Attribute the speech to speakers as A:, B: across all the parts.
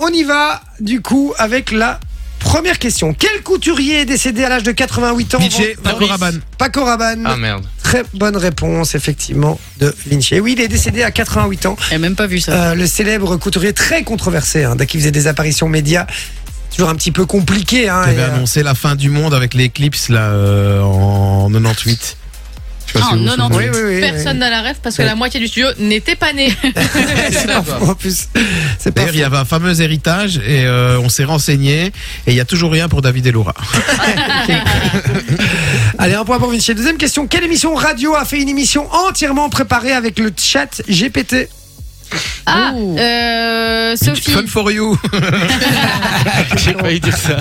A: on y va du coup avec la première question. Quel couturier est décédé à l'âge de 88 ans
B: DJ,
A: vend-
B: Paco Rabanne.
A: Paco Rabanne.
C: Ah merde.
A: Très bonne réponse, effectivement, de Vinci. Et oui, il est décédé à 88 ans.
B: Ah.
D: J'ai même pas vu ça.
A: Euh, le célèbre couturier très controversé, hein, dès qu'il faisait des apparitions médias, toujours un petit peu compliqué. hein,
B: Il avait
A: et, euh,
B: annoncé la fin du monde avec l'éclipse là euh, en 98. Je sais pas
D: Ah,
B: si vous vous
D: 98.
B: souvenez.
A: oui, oui, oui,
D: Personne n'a la rêve parce que
A: Ouais.
D: la moitié du studio n'était pas né.
A: En plus, c'est pas
B: D'ailleurs, il y avait un fameux héritage et euh, on s'est renseigné et il y a toujours rien pour David et Laura.
A: Allez, un point pour Vinci. Deuxième question. Quelle émission radio a fait une émission entièrement préparée avec le chat GPT
D: Ah, euh, Sophie.
B: Fun for you.
C: J'ai failli dire ça.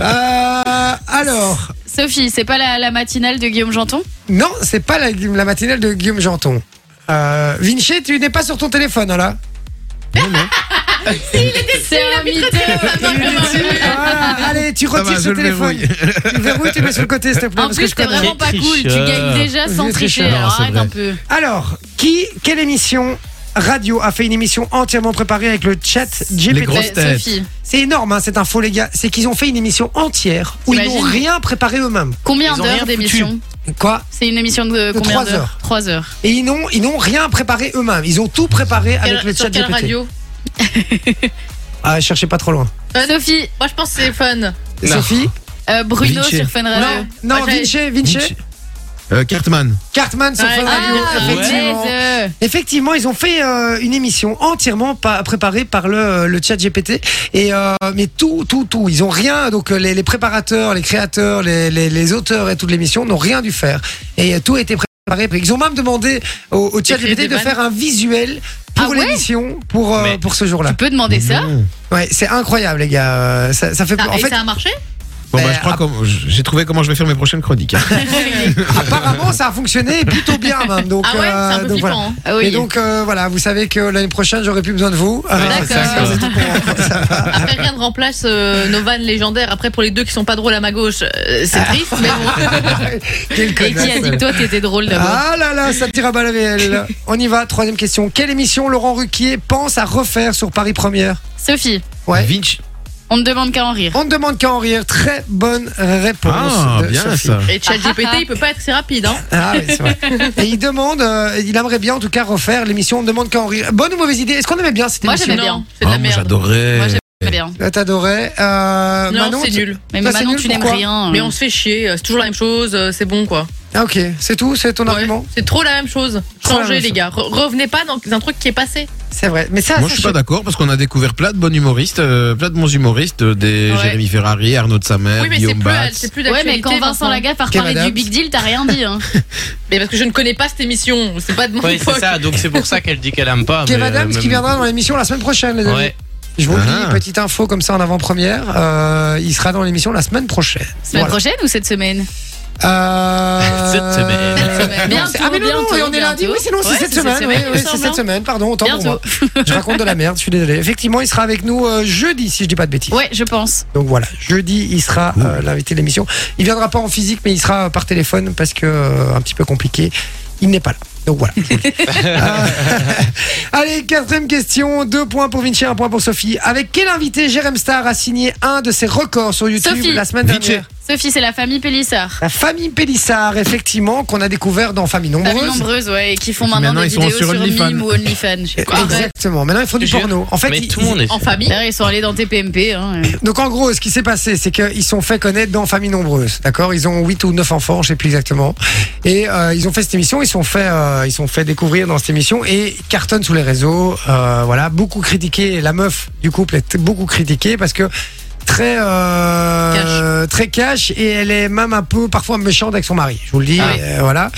A: Euh, Alors,
D: Sophie, c'est pas la, la matinale de Guillaume Janton
A: non, c'est pas la, la matinale de Guillaume Janton. Euh, Vinci, tu n'es pas sur ton téléphone, hein, là
D: C'est un mytho.
A: Voilà, Allez, tu
B: Ça va,
A: retires
B: je
A: ce
B: le
A: téléphone.
B: verrouille.
A: Tu le verrouilles, tu le mets sur le côté, s'il te plaît.
D: En
A: parce que
D: plus,
A: je
D: t'es
A: connais. Euh,
D: vraiment pas
C: Quel
D: cool. Tu
C: tricheur.
D: gagnes déjà sans
A: Vieux
D: tricher.
A: tricheur.
D: Alors
B: Non, c'est
D: arrête
B: vrai.
D: un peu.
A: Alors, qui, quelle émission radio a fait une émission entièrement préparée avec le chat
B: Les
A: GPT
B: grosses
D: Ouais,
B: têtes.
D: Bah, Sophie,
A: C'est énorme, hein, cette info, les gars. C'est qu'ils ont fait une émission entière où ils n'ont
D: T'imagines
A: rien préparé eux-mêmes.
D: combien
C: Ils ont rien
D: d'heures
C: foutu.
D: d'émission
A: Quoi
D: C'est une émission
A: De
D: de combien
A: trois
D: d'heures
A: heures.
D: 3 heures.
A: Et ils n'ont, ils n'ont rien préparé eux-mêmes. Ils ont tout préparé avec
D: Quelle-
A: le chat
D: sur quelle
A: GPT.
D: radio
A: Ah, cherchez pas trop loin.
D: Sophie,
E: Moi, je pense que c'est fun.
C: Non.
A: Sophie
D: euh, Bruno
B: Vinci.
D: sur Fun Radio.
A: Non, non,
E: Moi, j'avais-
A: Vinci, Vinci.
B: Euh, Cartman.
A: Cartman sur
E: Ouais,
A: Fun
E: ah,
A: Radio.
D: Ah,
C: ouais.
A: effectivement.
D: punaise.
A: Effectivement, ils ont fait euh, une émission entièrement pa- préparée par le, le chat GPT. Et, euh, mais tout, tout, tout. Ils ont rien. Donc, euh, les, les préparateurs, les créateurs, les, les, les auteurs et toute l'émission n'ont rien dû faire. Et euh, tout a été préparé. Ils ont même demandé au, au chat
E: D'écrire
A: GPT
E: des
A: de
E: vannes.
A: faire un visuel pour
D: Ah ouais
A: l'émission, pour, euh,
C: Mais-
A: pour ce jour-là.
D: Tu peux demander ça
B: Mmh.
A: Ouais, c'est incroyable, les gars. Euh, Ça, ça fait.
E: Ça-
A: en
E: Ah, et
A: fait,
E: ça a marché
B: Bon, bah,
A: Euh,
B: je crois que j'ai trouvé comment je vais faire mes prochaines chroniques. hein.
A: apparemment, ça a fonctionné plutôt bien, même. Donc,
E: Ah ouais, c'est un
A: euh,
E: peu
A: donc voilà.
E: flippant. hein.
D: Ah oui. Ah,
A: Et donc, euh, voilà, vous savez que l'année prochaine, j'aurai plus besoin de vous. Euh,
D: D'accord.
A: c'est ça, c'est tout pour moi. Ça va.
E: euh, Après, rien ne remplace euh, nos vannes légendaires. Après, pour les deux qui sont pas drôles à ma gauche, euh,
A: Ah,
E: c'est triste, mais bon.
A: Quelle
D: Et qui a dit que
A: connasse.
D: toi t'étais drôle d'abord
A: Ah là là, ça tire à balles réelles. On y va, troisième question. Quelle émission Laurent Ruquier pense à refaire sur Paris Première
D: Sophie,
A: Ouais.
B: Vinci.
D: on ne demande qu'à en rire.
A: On ne demande qu'à en rire. Très bonne réponse.
B: Ah,
A: de
B: bien
A: Sophie.
B: ça.
E: Et ChatGPT, il peut pas être si rapide, hein.
A: Ah oui, c'est vrai. Et il demande, euh, il aimerait bien en tout cas refaire l'émission On ne demande qu'à en rire. Bonne ou mauvaise idée Est-ce qu'on aimait bien cette
D: Moi,
A: émission
D: j'aimais
E: Non,
D: bien.
E: C'est de
B: Ah, moi,
E: la merde.
D: Moi,
B: j'adorais.
D: j'aimais bien.
A: Là, T'adorais. Euh,
E: Non,
A: Manon,
E: c'est
A: tu-
E: nul.
D: Mais
A: Toi, c'est
D: Manon,
A: nul,
D: tu Ah. n'aimes
A: pourquoi
D: rien. hein.
E: Mais on se fait chier, euh, c'est toujours la même chose, euh, c'est bon quoi.
A: Ah, ok, c'est tout, c'est ton
E: Ouais,
A: argument.
E: C'est trop la même chose.
A: Trop la
E: Changez
A: même
E: les
A: chose.
E: gars, Re- revenez pas dans un truc qui est passé.
A: C'est vrai. Mais ça,
B: Moi,
A: ça,
B: je suis pas d'accord parce qu'on a découvert plein de bons humoristes, euh, plein de bons humoristes, euh, des
E: Ouais.
B: Jérémy Ferrari, Arnaud de
A: Euh,
B: Samer,
E: oui, mais c'est
B: Guillaume
E: plus, à-
B: Batz.
E: c'est plus
D: Ouais,
E: d'actualité.
D: mais quand Vincent
E: maintenant.
D: Lagarde part
A: Kev
D: parler du
A: Adams.
D: Big Deal, t'as rien dit. Hein.
E: Mais parce que je ne connais pas cette émission, c'est pas de mon
C: Oui, c'est
E: époque.
C: ça. Donc c'est pour ça qu'elle dit qu'elle aime pas.
A: Kev
C: mais, euh,
A: Adams qui
C: même-
A: viendra dans l'émission la semaine prochaine, les amis.
C: Ouais.
A: Je vous le
B: Ah.
A: dis, petite info comme ça en avant-première. euh, il sera dans l'émission la semaine prochaine.
D: Semaine
A: Voilà.
D: prochaine ou cette semaine
A: Euh,
C: Cette semaine.
A: euh,
D: Bientôt,
A: c'est- ah mais non, non,
D: bientôt,
A: et on est lundi,
D: bientôt.
A: oui, sinon c'est
D: Ouais,
A: cette
D: c'est cette
A: semaine.
D: semaine,
A: oui,
D: il me
A: oui, c'est
D: semble,
A: cette
D: hein.
A: semaine, pardon, autant pour moi.
D: Bientôt.
A: Je raconte de la merde, je suis désolé. Effectivement, il sera avec nous euh, jeudi, si je dis pas de bêtises.
D: Ouais, je pense.
A: Donc voilà, jeudi, il sera euh, l'invité de l'émission. Il viendra pas en physique, mais il sera euh, par téléphone parce que euh, un petit peu compliqué. Il n'est pas là. Donc voilà. je vous le dis. Euh, Allez, quatrième question. Deux points pour Vinci, un point pour Sophie. Avec quel invité Jérém Star a signé un de ses records sur YouTube
D: Sophie.
A: la semaine
B: Vinci.
A: dernière
D: Sophie, c'est la famille Pélissard.
A: La famille Pélissard, effectivement, qu'on a découvert dans Famille Nombreuse.
D: Famille nombreuse, ouais, et qui font
B: Et qui
D: maintenant,
B: maintenant,
D: des
B: ils sont
D: vidéos
B: sur
D: sur,
B: OnlyFans.
D: Mime ou OnlyFans. je sais pas. Arrête.
A: Exactement. Maintenant, ils font du
C: Je te jure.
A: porno. En fait,
C: mais
A: ils-
C: tout le monde est.
E: En famille.
D: D'ailleurs, ils sont allés dans TPMP. Hein.
A: Donc en gros, ce qui s'est passé, c'est qu'ils sont fait connaître dans Famille Nombreuse, d'accord Ils ont 8 ou 9 enfants, je sais plus exactement. Et euh, ils ont fait cette émission, ils sont fait, euh, ils sont fait découvrir dans cette émission et cartonnent sous les réseaux. euh, voilà, beaucoup critiqué. La meuf du couple est beaucoup critiquée parce que très euh, très cash et elle est même un peu parfois méchante avec son mari. Je vous le dis,
C: Ah oui.
A: euh, voilà.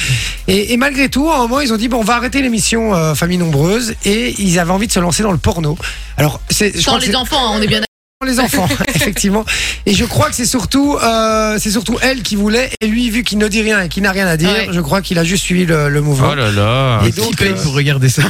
A: Et, et malgré tout, à un moment, ils ont dit bon, on va arrêter l'émission euh, Famille Nombreuse et ils avaient envie de se lancer dans le porno. Alors, c'est je
E: Sans
A: crois que
E: les enfants, hein, on est bien
A: les enfants, effectivement. Et je crois que c'est surtout, euh, c'est surtout elle qui voulait. Et lui, vu qu'il ne dit rien et qu'il n'a rien à dire,
E: Ouais.
A: je crois qu'il a juste suivi le, le mouvement.
C: Oh là là.
A: Et
B: Et
A: donc,
B: qui paye
A: euh,
B: pour regarder ça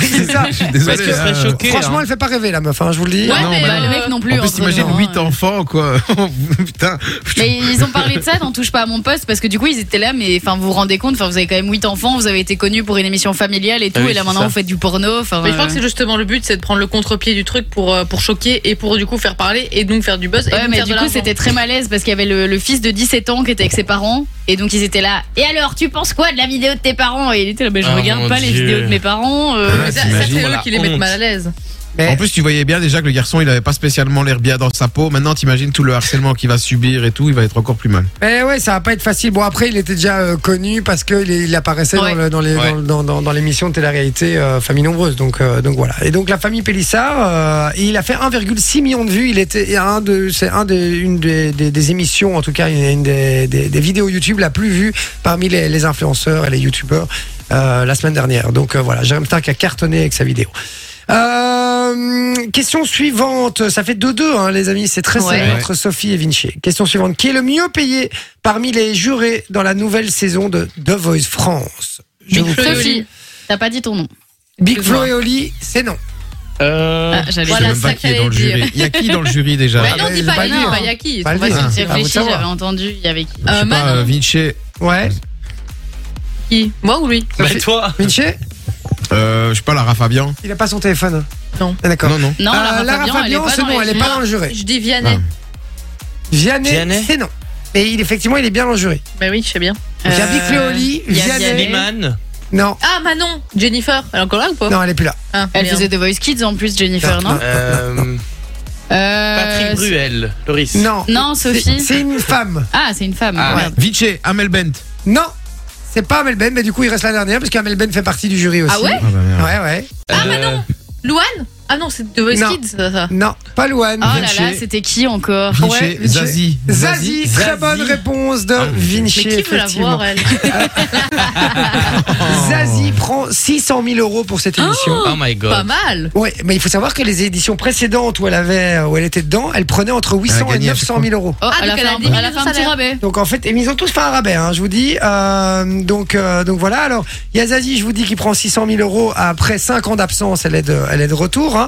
A: Oui, c'est ça.
B: Je suis
C: Parce
B: désolé.
C: que je serais
B: hein.
C: choqué.
A: Franchement,
C: hein.
A: elle fait pas rêver la meuf. hein, je vous le dis.
E: Ouais,
B: non,
E: mais,
B: bah
E: euh,
D: le mec non plus.
B: En plus, t'imagines
D: entre
B: 8
D: gens, hein.
B: enfants, quoi. Oh, Putain.
D: Mais ils ont parlé de ça, n'en touche pas à mon poste, parce que du coup, ils étaient là, mais enfin, vous vous rendez compte, enfin, vous avez quand même 8 enfants, vous avez été connus pour une émission familiale et tout,
C: Ah oui,
D: et là
C: c'est
D: maintenant,
C: ça.
D: vous faites du porno. Enfin,
E: Mais je crois
D: euh,
E: que c'est justement le but, c'est de prendre le contre-pied du truc pour, euh, pour choquer et pour du coup faire parler et donc faire du buzz. et
D: Ouais,
E: donc
D: mais
E: faire
D: du
E: de
D: coup,
E: l'argent.
D: c'était très malaise parce qu'il y avait le, le fils de 17 ans qui était avec ses parents. Et donc, ils étaient là. Et alors, tu penses quoi de la vidéo de tes parents Et il était là, mais je
C: Ah,
D: regarde
C: mon
D: pas les
C: Dieu.
D: vidéos de mes parents. euh,
E: Mais
B: Ouais,
E: ça, ça,
B: t'imagines,
E: c'est
C: voilà,
E: eux qui les mettent
C: honte.
E: mal à l'aise.
A: Mais-
B: En plus, tu voyais bien déjà que le garçon, il avait pas spécialement l'air bien dans sa peau. Maintenant, t'imagines tout le harcèlement qu'il va subir et tout, il va être encore plus mal.
A: Eh ouais, ça va pas être facile. Bon, après, il était déjà euh, connu parce qu'il il apparaissait
D: Ouais.
A: dans, le- dans les,
C: Ouais.
A: dans, dans- dans- dans l'émission de télé-réalité euh, Famille Nombreuse. Donc, euh, donc voilà. Et donc, la famille Pélissard, euh, il a fait 1,6 million de vues. Il était un de, c'est un des, une des, des- des émissions, en tout cas, une, une des, des- des vidéos YouTube la plus vue parmi les, les influenceurs et les YouTubeurs euh, la semaine dernière. Donc euh, voilà, Jérôme Stark a cartonné avec sa vidéo. Euh, question suivante, ça fait 2-2 hein, les amis, c'est très
E: Ouais.
A: serré entre Sophie et Vinci. Question suivante, qui est le mieux payé parmi les jurés dans la nouvelle saison de The Voice France Je
E: Big
A: vous
E: Flo et
A: fais-
E: Oli.
D: Sophie, t'as pas dit ton nom.
A: Big Flo et Oli, c'est non.
C: Euh,
D: Ah, j'allais
B: Je sais
E: Voilà
B: même pas
E: ça
B: qui est
E: qu'il
B: dans le
E: fallait
B: jury. Il y a qui dans le jury déjà
E: Mais
A: Ah,
E: non,
A: mais
E: dis
A: je
E: pas
A: vais
E: les
A: pas
E: noms,
A: dire.
E: bah, y a qui
A: Pas
E: on va
A: le dire.
E: se
D: J'ai
A: Ah,
E: dire.
A: vous
D: réfléchi,
A: savoir.
D: j'avais entendu. Il y avait qui
E: Euh,
B: Je sais pas,
E: Manon.
B: euh, Vinci,
A: Ouais.
E: Qui Moi ou lui
C: bah
A: Sophie-
C: toi.
A: Vinci,
B: euh, je sais pas, Lara Fabian.
A: il a pas son téléphone.
E: Non.
A: Ah, D'accord.
B: Non, non.
D: Non,
A: Euh,
D: Lara Fabian, elle est pas
A: c'est
D: dans
A: bon,
D: les
A: elle est pas dans le jury.
E: Je dis Vianney.
A: Vianney,
C: Vianney
A: c'est non. Et il, effectivement, il est bien dans le jury.
E: Bah oui, je sais bien. Euh,
A: Il y a Big Flo et Oli,
D: Euh, il y a
A: Vianney.
D: Vianney.
C: Slimane.
A: Non,
E: Ah, Manon Jennifer Elle est encore là ou pas
A: non, elle est plus là.
E: Ah,
D: Elle
E: merde.
D: faisait The Voice Kids en plus, Jennifer,
A: Non,
D: non, Euh,
C: Euh, Patrick Bruel. Loris.
A: Non.
D: Non,
A: C'est-
D: Sophie.
A: C'est une femme.
D: Ah, c'est une femme.
C: Ah,
D: merde.
B: Vinci, Amel Bent.
A: Non, c'est pas Amel Ben, mais du coup il reste la dernière parce qu'Amel Ben fait partie du jury aussi.
E: Ah ouais
B: Ah bah merde.
A: Ouais, ouais.
C: Ah,
E: Louane Ah non, c'est The Voice
A: Non.
E: Kids, ça. ça.
A: Non, pas Luan.
E: Ah,
D: Oh là là,
B: Vinci.
D: c'était qui encore
B: Vinci,
A: Ouais, Vinci.
B: Zazie.
A: Zazie, très
C: Zazie.
A: bonne réponse de
C: Ah, mon Dieu.
A: Vinci.
E: Mais qui veut la
A: effectivement.
E: voir, elle
A: Zazie prend 600 000 euros pour cette émission. Ah.
C: Oh my
E: Pas
C: god.
E: mal
A: Ouais, mais il faut savoir que les éditions précédentes où elle avait, où elle était dedans, elle prenait entre 800 et
B: gagné à chaque
A: 900 000 euros.
D: Oh,
E: Ah,
D: elle, a
E: donc
D: fait
E: elle a
D: un,
E: dit
D: elle a fait
E: millions de
D: un petit
E: salaire.
D: rabais.
A: Donc en fait, et ils ont tous fait un rabais, hein, je vous dis. Euh, donc, euh, donc voilà, alors il y a Zazie, je vous dis, qui prend 600 000 euros après 5 ans d'absence, elle est de, elle est de retour. hein.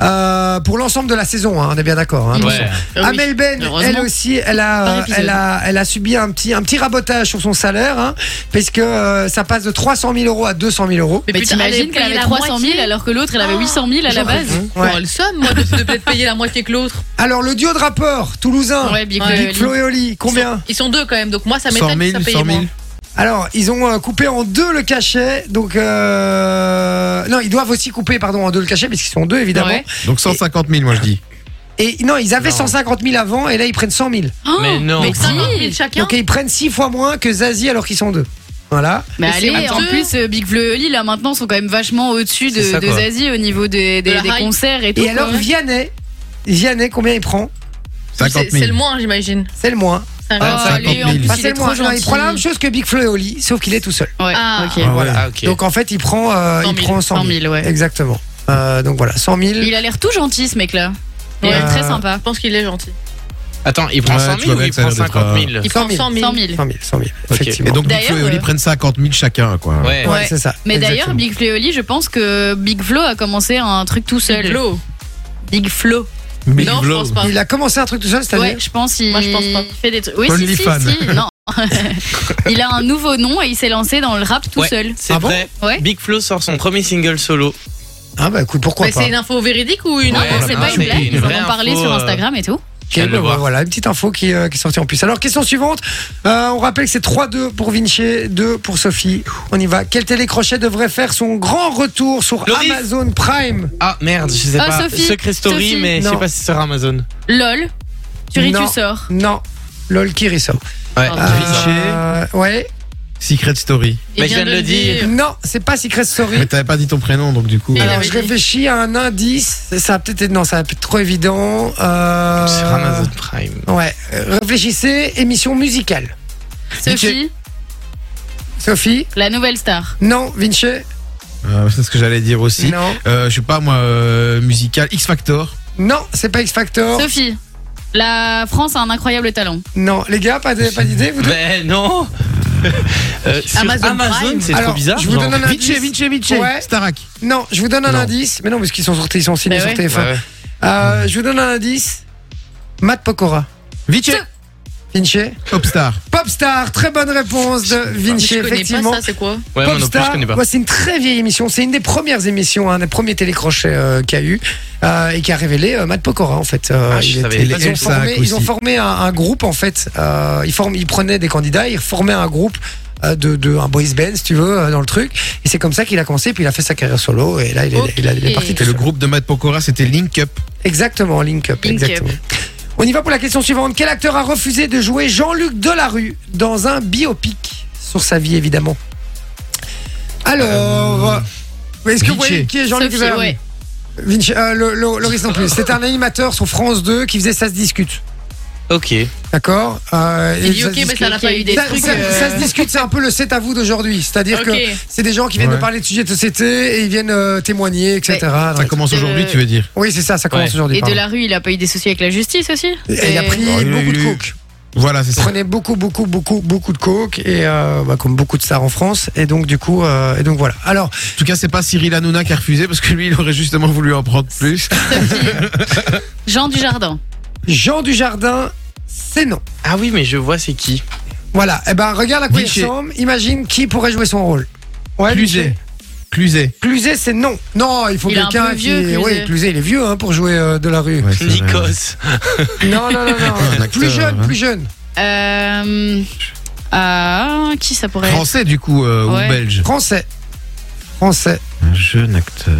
A: Euh, pour l'ensemble de la saison, hein, on est bien d'accord. hein, attention.
C: Ouais.
E: Ah oui.
A: Amel Ben,
E: Heureusement.
A: elle aussi, elle
E: Par
A: a, euh,
E: épisode.
A: elle a, elle a subi un petit, un petit rabotage sur son salaire, hein, puisque euh, ça passe de 300 000 euros à 200 000 euros.
E: Mais
D: Mais
E: putain, elle
D: t'imagines
E: est
D: qu'elle
E: payée
D: avait
E: la
D: 300 000
E: moitié.
D: alors que l'autre, elle avait
E: Oh,
D: 800 000 à la
A: j'en
D: base.
A: reviens.
E: Bon,
A: Ouais.
E: elle somme, moi, de, de peut-être payer la moitié que l'autre.
A: Alors le duo de rappeurs toulousain,
D: Ouais, Big
E: Ouais,
D: Flo et
A: Big
D: Oli.
A: Flo et Oli, combien
E: Ils sont deux quand même, donc moi, ça
B: 100
E: m'étonne que
B: 000,
E: ça
B: 100
E: paye
B: 000.
E: moins.
A: Alors ils ont euh, coupé en deux le cachet, donc euh, non, ils doivent aussi couper pardon en deux le cachet puisqu'ils sont deux évidemment.
D: Ouais.
B: Donc 150 000, moi je dis.
A: Et non, ils avaient
C: Non.
A: 150 000 avant et là ils prennent 100 000.
D: Oh,
C: Mais non.
D: Mais,
C: Donc,
E: 50
D: si.
E: 000 chacun
A: Donc ils prennent six fois moins que Zazie alors qu'ils sont deux. Voilà.
D: Mais
E: Mais
D: allez,
E: c'est
D: en
E: honteux.
D: plus, euh, Big Flo et Oli, là maintenant, sont quand même vachement au-dessus de,
C: C'est ça,
D: de
C: quoi.
D: Zazie au niveau des, des-
E: De la
D: des
E: hype.
D: concerts et euh, tout.
A: Et
D: quoi.
A: alors Vianney, Vianney combien il prend
E: C'est
B: 50
E: c'est le
B: 000.
E: moins, j'imagine.
A: C'est le moins.
E: C'est un
D: Oh,
E: gars.
B: 50
D: lui, en
B: 000.
D: plus,
A: Enfin,
D: il
A: c'est
D: est
A: le moins.
D: trop
A: Non, il
D: gentil.
A: prend la même chose que Big Flo et Oli, sauf qu'il est tout seul.
D: Ouais,
E: Ah.
D: ok.
B: Ah ouais.
C: Ah, ok.
A: Donc en fait, il prend, euh,
E: 100
A: il
E: 000.
A: prend 100 000.
D: 100 000, ouais.
A: Exactement. Euh, donc voilà, 100 000.
D: Il a l'air tout gentil, ce mec-là. Il a l'air
A: Ouais.
D: très sympa.
E: Je pense qu'il est gentil.
C: Attends, il prend
B: Ouais,
C: 100
B: tu vois
C: 000 ou
B: bien
C: il
B: que ça a
C: prend
B: l'air d'être,
C: 50 000
E: Il
A: 100
E: prend
A: 000.
E: 100 000.
D: 100 000.
A: 100 000, 100 000, effectivement.
B: Et donc Big
D: D'ailleurs,
B: Flo et Oli
D: euh,
B: prennent 50 000 chacun, quoi.
C: Ouais.
A: ouais,
D: Ouais.
A: c'est ça.
D: Mais d'ailleurs,
A: Exactement.
D: Big Flo et Oli, je pense que Big Flo a commencé un truc tout seul.
E: Big Flo.
D: Big Flo.
B: Big Flo.
E: non, je pense
D: hein.
E: pas.
A: Il a commencé un truc tout seul,
D: Ouais,
A: c'est-à-dire
D: je pense il
E: Moi, je pense pas.
D: fait des trucs. Oui, si, si,
B: OnlyFans.
D: si. Non. il a un nouveau nom et il s'est lancé dans le rap tout
C: Ouais.
D: seul.
C: C'est
A: Ah bon
C: vrai.
D: Ouais.
C: Big Flo sort son premier single solo.
A: Ah bah écoute, pourquoi
E: Mais
A: pas
E: c'est une info véridique ou une
D: Non,
C: Ouais,
E: info
D: c'est
C: non,
D: pas une
C: c'est
D: blague.
C: Ah, une
D: Ils en
C: vraie
D: ont parlé
C: info,
D: sur
C: euh,
D: Instagram et tout.
A: Ok,
C: Je viens de le
A: bah,
C: voir.
A: Voilà, une petite info qui, euh, qui est sortie en plus. Alors, question suivante. Euh, on rappelle que c'est 3-2 pour Vinci, 2 pour Sophie. On y va. Quel télécrochet devrait faire son grand retour sur
C: Loris.
A: Amazon Prime
C: Ah merde, je sais
D: Ah,
C: pas.
D: Sophie.
C: Secret Story,
D: Sophie.
C: mais je
A: Non.
C: sais pas si c'est sur Amazon.
D: LOL. Tu ris,
A: Non.
D: tu sors.
A: Non. LOL Kiriso.
C: Ouais.
E: Ah,
C: Sophie, ça.
A: Euh, ouais.
B: Secret Story.
C: Mais je viens de le dire.
A: Non, c'est pas Secret Story.
B: Mais t'avais pas dit ton prénom, donc du coup. euh,
E: Il
A: Alors,
E: avait
A: je
E: dit.
A: réfléchis à un indice. Ça va peut-être être, non, ça va peut être trop évident. Euh,
C: Sur Amazon Prime.
A: Ouais. Euh, Réfléchissez. Émission musicale.
D: Sophie,
A: Sophie
D: la nouvelle star.
A: Non. Vinci
B: Euh, c'est ce que j'allais dire aussi.
A: Non.
B: Euh, je sais pas moi, euh, musical. X Factor.
A: Non, c'est pas X Factor.
D: Sophie, la France a un incroyable talent.
A: Non, les gars, pas de- pas d'idée vous deux
C: Mais Ben, non Euh, sur
E: Amazon Prime.
C: c'est
A: Alors,
C: trop bizarre.
A: je vous
C: genre.
A: donne un indice.
B: Vinci, Vinci, Vinci.
A: Ouais.
B: Starak.
A: Non, je vous donne un
C: Non.
A: indice. Mais non, parce qu'ils sont sortis, ils sont signés
D: Mais
A: sur
D: ouais.
A: TF1.
C: Ouais, ouais.
A: Euh, je vous donne un indice. Matt Pokora.
B: Vinci.
A: Vinci.
B: Popstar.
A: Popstar, très bonne réponse de Vinci,
E: Je connais pas
A: effectivement.
E: ça, c'est quoi
C: Ouais, moi non plus, je
A: Popstar,
C: connais pas.
A: moi, c'est une très vieille émission. C'est une des premières émissions, hein, un des premiers télécrochets euh, qu'il y a eu euh, et qui a révélé euh, Matt Pokora en fait. Euh,
C: Ah, je
A: il
C: savais
A: était-
C: pas
A: ils, ont
B: ça.
A: formé,
B: Elsac
A: ils ont
B: aussi.
A: formé un, un groupe en fait. Euh, ils, forment, ils prenaient des candidats, ils formaient un groupe euh, de, de un boys band si tu veux euh, dans le truc. Et c'est comme ça qu'il a commencé. Puis il a fait sa carrière solo et là il est,
E: Ok.
A: il a- il est parti.
B: Et
A: tout
B: le
A: seul.
B: groupe de Matt Pokora, c'était Link Up.
A: Exactement, Link Up.
E: Link Up.
A: exactement. On y va pour la question suivante. Quel acteur a refusé de jouer Jean-Luc Delarue dans un biopic sur sa vie, évidemment Alors. Est-ce que vous
B: Euh, Vinci.
A: voyez qui est Jean-Luc
D: Sophie,
A: Delarue
D: ouais.
A: Vinci, euh, le- le- Loris non plus. C'était un animateur sur France 2 qui faisait Ça se discute.
C: Ok.
A: D'accord Euh,
E: Il
A: et
E: dit
A: Ça
E: ok,
A: se
E: mais
A: discute-
E: ça n'a pas eu des
A: ça,
E: trucs.
A: ça-
E: euh,
A: ça se discute, c'est un peu le c'est à vous d'aujourd'hui. C'est-à-dire
E: Ok.
A: que Euh. c'est des gens qui viennent
B: Ouais.
A: de parler de sujets de société et ils viennent euh, témoigner, etc.
B: Ça commence
D: Euh,
B: aujourd'hui, tu veux dire
A: Oui, c'est ça, ça commence
C: Ouais.
A: aujourd'hui.
D: Et de
A: pardon.
D: la rue, il a pas eu des soucis avec la justice aussi
A: Et il a
D: C'est-
A: pris
B: Oh, il a
A: beaucoup de
B: eu-
A: coke.
B: Voilà, c'est ça.
A: prenait beaucoup, beaucoup, beaucoup, beaucoup de coke et euh, bah, comme beaucoup de stars en France. Et donc du coup, euh, et donc voilà. Alors,
B: En tout cas, c'est pas Cyril Hanouna qui a refusé parce que lui, il aurait justement voulu en prendre plus.
D: Jean Dujardin.
A: Jean Dujardin, c'est non.
C: Ah oui, mais je vois c'est qui.
A: Voilà. Et ben regarde à quoi
B: Vinci.
A: il ressemble. Imagine qui pourrait jouer son rôle. Ouais,
B: Cluzet. Cluzet.
A: Cluzet, c'est non. Non, il faut
D: Il est un
A: quelqu'un
D: peu
A: qui.
D: vieux, Cluzet.
A: Oui, Cluzet, il est vieux hein, pour jouer euh, de la rue.
B: Ouais, c'est vrai.
C: Nikos.
A: Non, non, non, non.
B: Un acteur,
A: plus jeune,
B: hein.
A: plus jeune.
D: Euh, ah, qui ça pourrait être
B: Français, du coup, euh,
D: Ouais.
B: ou belge
A: Français. Français.
B: Un jeune acteur.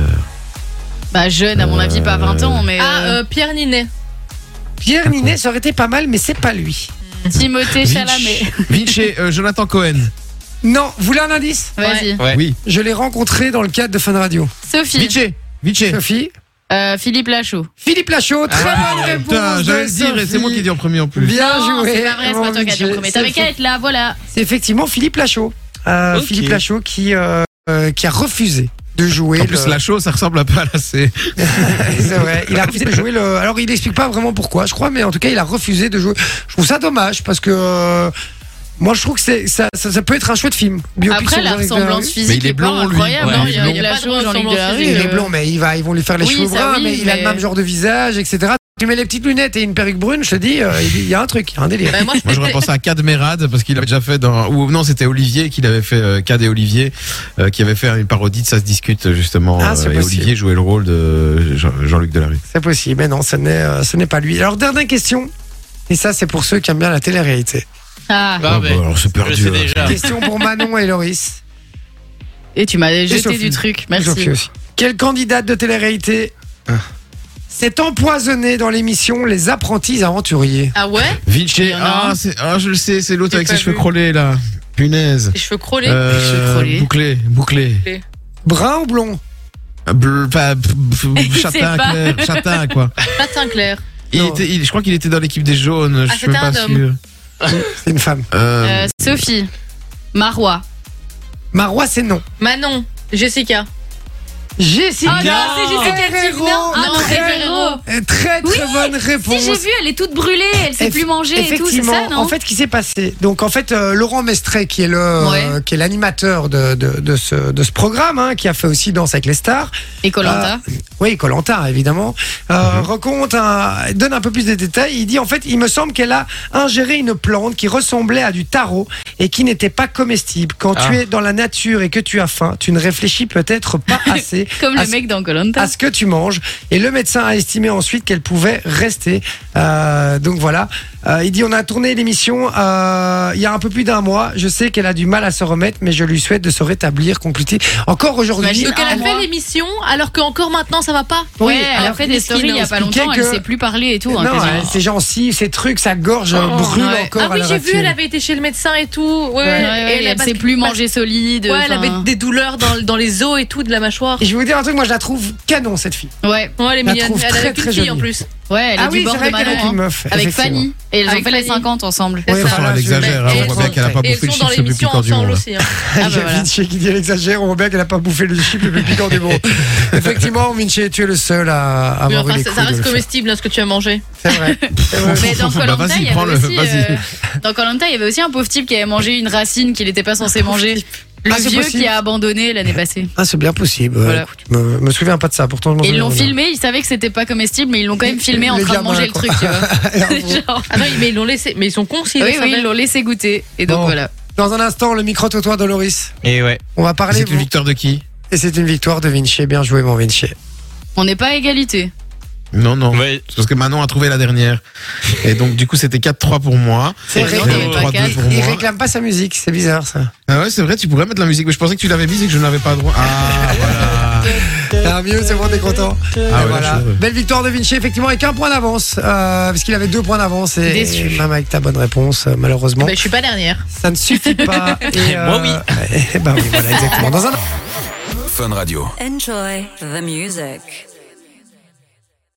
D: Bah jeune, à mon avis, pas 20 ans, mais
E: Ah,
D: euh,
E: euh, Pierre Ninet.
A: Pierre Ninet, ça aurait été pas mal, mais c'est pas lui.
D: euh, Timothée Chalamet.
B: Vinci, Vinci, euh, Jonathan Cohen.
A: Non, vous voulez un indice
D: Vas-y.
C: Ouais.
B: Oui.
A: Je l'ai rencontré dans le cadre de Fun Radio.
D: Sophie,
B: Vinci. Vinci.
A: Sophie
D: euh, Philippe Lachaud.
A: Philippe Lachaud, très
B: Ah,
A: bonne réponse.
B: putain,
A: de
B: j'allais le dire et c'est moi
A: Sophie.
B: qui dis en premier en plus.
A: Bien
D: Non,
A: joué.
D: C'est pas vrai, c'est pas
A: mon
D: toi qui as dit en
A: Vinci.
D: premier. T'avais
A: C'est
D: qu'à être là, voilà.
A: C'est effectivement Philippe Lachaud. Euh,
C: Ok.
A: Philippe Lachaud qui, euh, euh, qui a refusé de jouer.
B: En
A: le-
B: plus, la chose, ça ressemble un peu à la C.
A: c'est vrai. Il a refusé de jouer le. Alors, il n'explique pas vraiment pourquoi, je crois, mais en tout cas, il a refusé de jouer. Je trouve ça dommage parce que. euh, moi, je trouve que c'est, ça, ça, ça peut être un chouette film. Biopic
D: Après,
A: sur
D: la
A: Jean-Luc
D: ressemblance
A: Delarue.
D: physique
B: il est
D: est
B: blond,
D: pas
B: lui.
D: incroyable.
C: Ouais,
D: hein.
C: il est
D: Il y a- il y a
E: blond.
D: pas de
E: Pas de
D: Jean-Luc
E: ressemblance
D: Delarue.
E: physique.
A: Il est
D: euh,
A: blond, mais il va, ils vont lui faire les
D: Oui,
A: cheveux
D: ça,
A: bruns,
D: oui,
A: mais, il a
D: mais-
A: le même genre de visage, etc. Tu mets les petites lunettes et une perruque brune, je te dis, euh, il il y a un truc, il y a un délire.
E: Bah, moi,
B: Moi, j'aurais
E: je
B: pensé à Cadmerad parce qu'il avait déjà fait dans. Ou non, c'était Olivier qui l'avait fait. euh, Cad et Olivier euh, qui avait fait une parodie de Ça se discute justement.
A: Ah, c'est
B: euh, et
A: possible.
B: Olivier jouait le rôle de Jean- Jean-Luc Delarue.
A: C'est possible, mais non, ce n'est, euh, ce n'est pas lui. Alors, dernière question, et ça, c'est pour ceux qui aiment bien la télé-réalité.
D: Ah,
C: Ah,
B: Ah,
C: bah,
B: bah, alors, c'est
C: Je
B: perdu.
C: sais
B: hein.
C: déjà.
A: Question pour Manon et Loris.
D: et tu m'as jeté
A: Sophie.
D: du truc,
A: Sophie
D: merci.
A: aussi. Quelle candidate de télé-réalité
C: Ah.
A: s'est empoisonnée dans l'émission Les Apprentis Aventuriers
E: Ah ouais
B: Vinci,
D: Il y en a
B: ah,
D: un.
B: c'est- ah, je le sais, c'est l'autre
E: J'ai
B: avec ses
E: pas
B: cheveux
E: vu.
B: crôlés là. Punaise.
E: Les cheveux crôlés.
B: Euh.
D: cheveux crôlés.
B: bouclé, bouclé.
A: Brun ou blond
B: Bleu, pas, pff, pff,
D: Il
B: châtain,
D: sait pas.
B: clair, châtain quoi.
E: Patin clair.
B: Il
A: Non.
B: était, il- je crois qu'il était dans l'équipe des jaunes, je suis
E: c'était
B: même pas
E: un homme.
B: sûr.
A: C'est une femme.
B: Euh,
D: Euh, Sophie, Marois.
A: Marois, c'est non.
E: Manon. Jessica.
A: Jessica
D: Ah non, c'est Jessica
A: Herrero.
D: Jardin. Ah non, c'est Herrero.
A: Eh, Très très bonne
D: Si j'ai
A: réponse.
D: vu, elle est toute brûlée, elle sait
A: Eff-
D: plus manger et tout, c'est
A: Effectivement,
D: ça, non
A: en fait, ce qui s'est passé. Donc, en fait, euh, Laurent Mestret, qui est le, euh, qui est l'animateur de, de, de ce, de ce programme, hein, qui a fait aussi Danse avec les stars.
D: Et Colanta.
A: Ah. Oui, Colanta, évidemment. Euh, Raconte, un- donne un peu plus de détails. Il dit en fait, il me semble qu'elle a ingéré une plante qui ressemblait à du tarot et qui n'était pas comestible. Quand
C: Ah.
A: tu es dans la nature et que tu as faim, tu ne réfléchis peut-être pas assez
D: Comme
A: à
D: le
A: ce-
D: mec dans Colanta.
A: à ce que tu manges. Et le médecin a estimé ensuite qu'elle pouvait rester. Euh, donc voilà. Euh, il dit on a tourné l'émission euh, il y a un peu plus d'un mois. Je sais qu'elle a du mal à se remettre, mais je lui souhaite de se rétablir, compléter. Encore aujourd'hui.
D: Imagine-
E: Donc elle
D: Ah,
E: a fait
D: moi.
E: l'émission alors qu'encore maintenant ça va pas.
D: Ouais,
A: oui,
D: elle a
A: alors
D: fait
A: que
D: des
A: Christine
D: stories il y a pas longtemps,
A: expliquait
D: elle
A: que-
D: sait plus parler et tout. hein,
A: non,
D: quasiment.
A: elle- ses gencives, ses trucs, sa gorge euh,
E: Oh,
A: brûle
D: ouais.
A: encore.
E: ah oui,
A: à l'heure
E: j'ai vu,
A: actuelle.
E: elle avait été chez le médecin et tout. Ouais,
D: Ouais, ouais,
E: et
D: elle
E: parce-
D: sait plus
E: parce-
D: manger hein. solide.
E: Ouais, elle
D: enfin.
E: avait des douleurs dans, dans les os et tout de la mâchoire.
A: Et je vais vous dire un truc, moi je la trouve canon cette fille.
D: Ouais,
E: Ouais, elle est
A: La
E: mignonne.
A: trouve
E: Elle
A: très,
E: a
A: très
E: qu'une fille en
A: jolie.
E: plus.
D: ouais, elle est
A: ah
D: du
A: oui,
D: bord
A: c'est
D: de
A: vrai qu'elle
D: Manon.
A: est une
D: hein.
A: meuf.
D: Avec
A: effectivement.
D: Fanny. Et elles ont
E: Avec
D: fait les
E: Fanny.
D: 50 ensemble. Ah,
A: Ouais,
E: C'est
A: enfin,
E: ça.
B: Enfin, elle
A: je-
B: exagère, hein,
E: Et
B: on voit bien qu'elle a pas
E: Et elles
B: bouffé le
E: sont dans
B: chips le plus
E: l'émission
B: piquant du
E: ensemble
B: monde.
E: aussi. hein.
D: bah
A: Il y a
D: voilà.
A: Vinci qui dit elle exagère, on voit bien qu'elle n'a pas bouffé le chip le plus piquant du monde. Effectivement, Vinci, tu es le seul à à
E: Mais
A: avoir eu
E: enfin,
A: Ah, les
E: ça, ça
A: couilles de
E: reste
A: le faire.
E: comestible hein, ce que tu as mangé.
A: C'est vrai. C'est vrai.
D: Mais dans
B: Bah,
D: Colanta,
B: vas-y,
D: il y
B: prends-le,
D: avait aussi,
B: vas-y.
D: euh, dans Koh-Lanta, il y avait aussi un pauvre type qui avait mangé une racine qu'il n'était pas censé manger. Le
A: Ah, c'est
D: vieux
A: possible.
D: qui a abandonné l'année passée.
A: Ah, c'est bien possible.
D: Voilà.
A: Écoute, je me, me souviens pas de ça. Pourtant, je m'en
D: Et ils
A: souviens
D: l'ont
A: bien.
D: filmé, ils savaient que c'était pas comestible, mais ils l'ont quand même filmé en
A: Les
D: train de
A: gamins,
D: manger le
A: quoi.
D: truc, tu vois. Genre,
E: Ah non, mais ils l'ont laissé. Mais ils sont cons s'ils
D: oui,
E: le
D: oui,
E: savaient.
D: ils l'ont laissé goûter. Et donc
A: Bon.
D: voilà.
A: Dans un instant, le micro-trottoir de Loris.
B: Et ouais.
A: On va parler.
B: C'est une victoire de qui
A: Et c'est une victoire de Vinci. Bien joué, mon Vinci.
D: On n'est pas à égalité.
B: Non, non.
C: Ouais.
B: C'est Parce que Manon a trouvé la dernière. Et donc, du coup, c'était 4-3 pour moi.
A: C'est
B: Et
A: vrai
D: qu'il y avait
B: 3-2
D: pas quatre.
B: Ah, pour
A: Il
B: moi.
A: réclame pas sa musique, c'est bizarre ça.
B: Ah ouais, c'est vrai, tu pourrais mettre la musique. Mais je pensais que tu l'avais mise et que je n'avais pas droit. Ah, voilà.
A: Ah, mieux, c'est bon, t'es content. Et
B: ouais,
A: voilà.
B: je suis heureux.
A: Belle victoire de Vinci, effectivement, avec un point d'avance. euh, parce qu'il avait deux points d'avance. Et,
D: Déçu. Eh ben,
A: et même avec ta bonne réponse, euh, malheureusement,
E: Bah, je suis pas dernière.
A: ça ne suffit pas. euh, eh
C: Et moi, oui.
A: ben Et, bah oui, voilà, exactement. Dans un
F: Enjoy the music.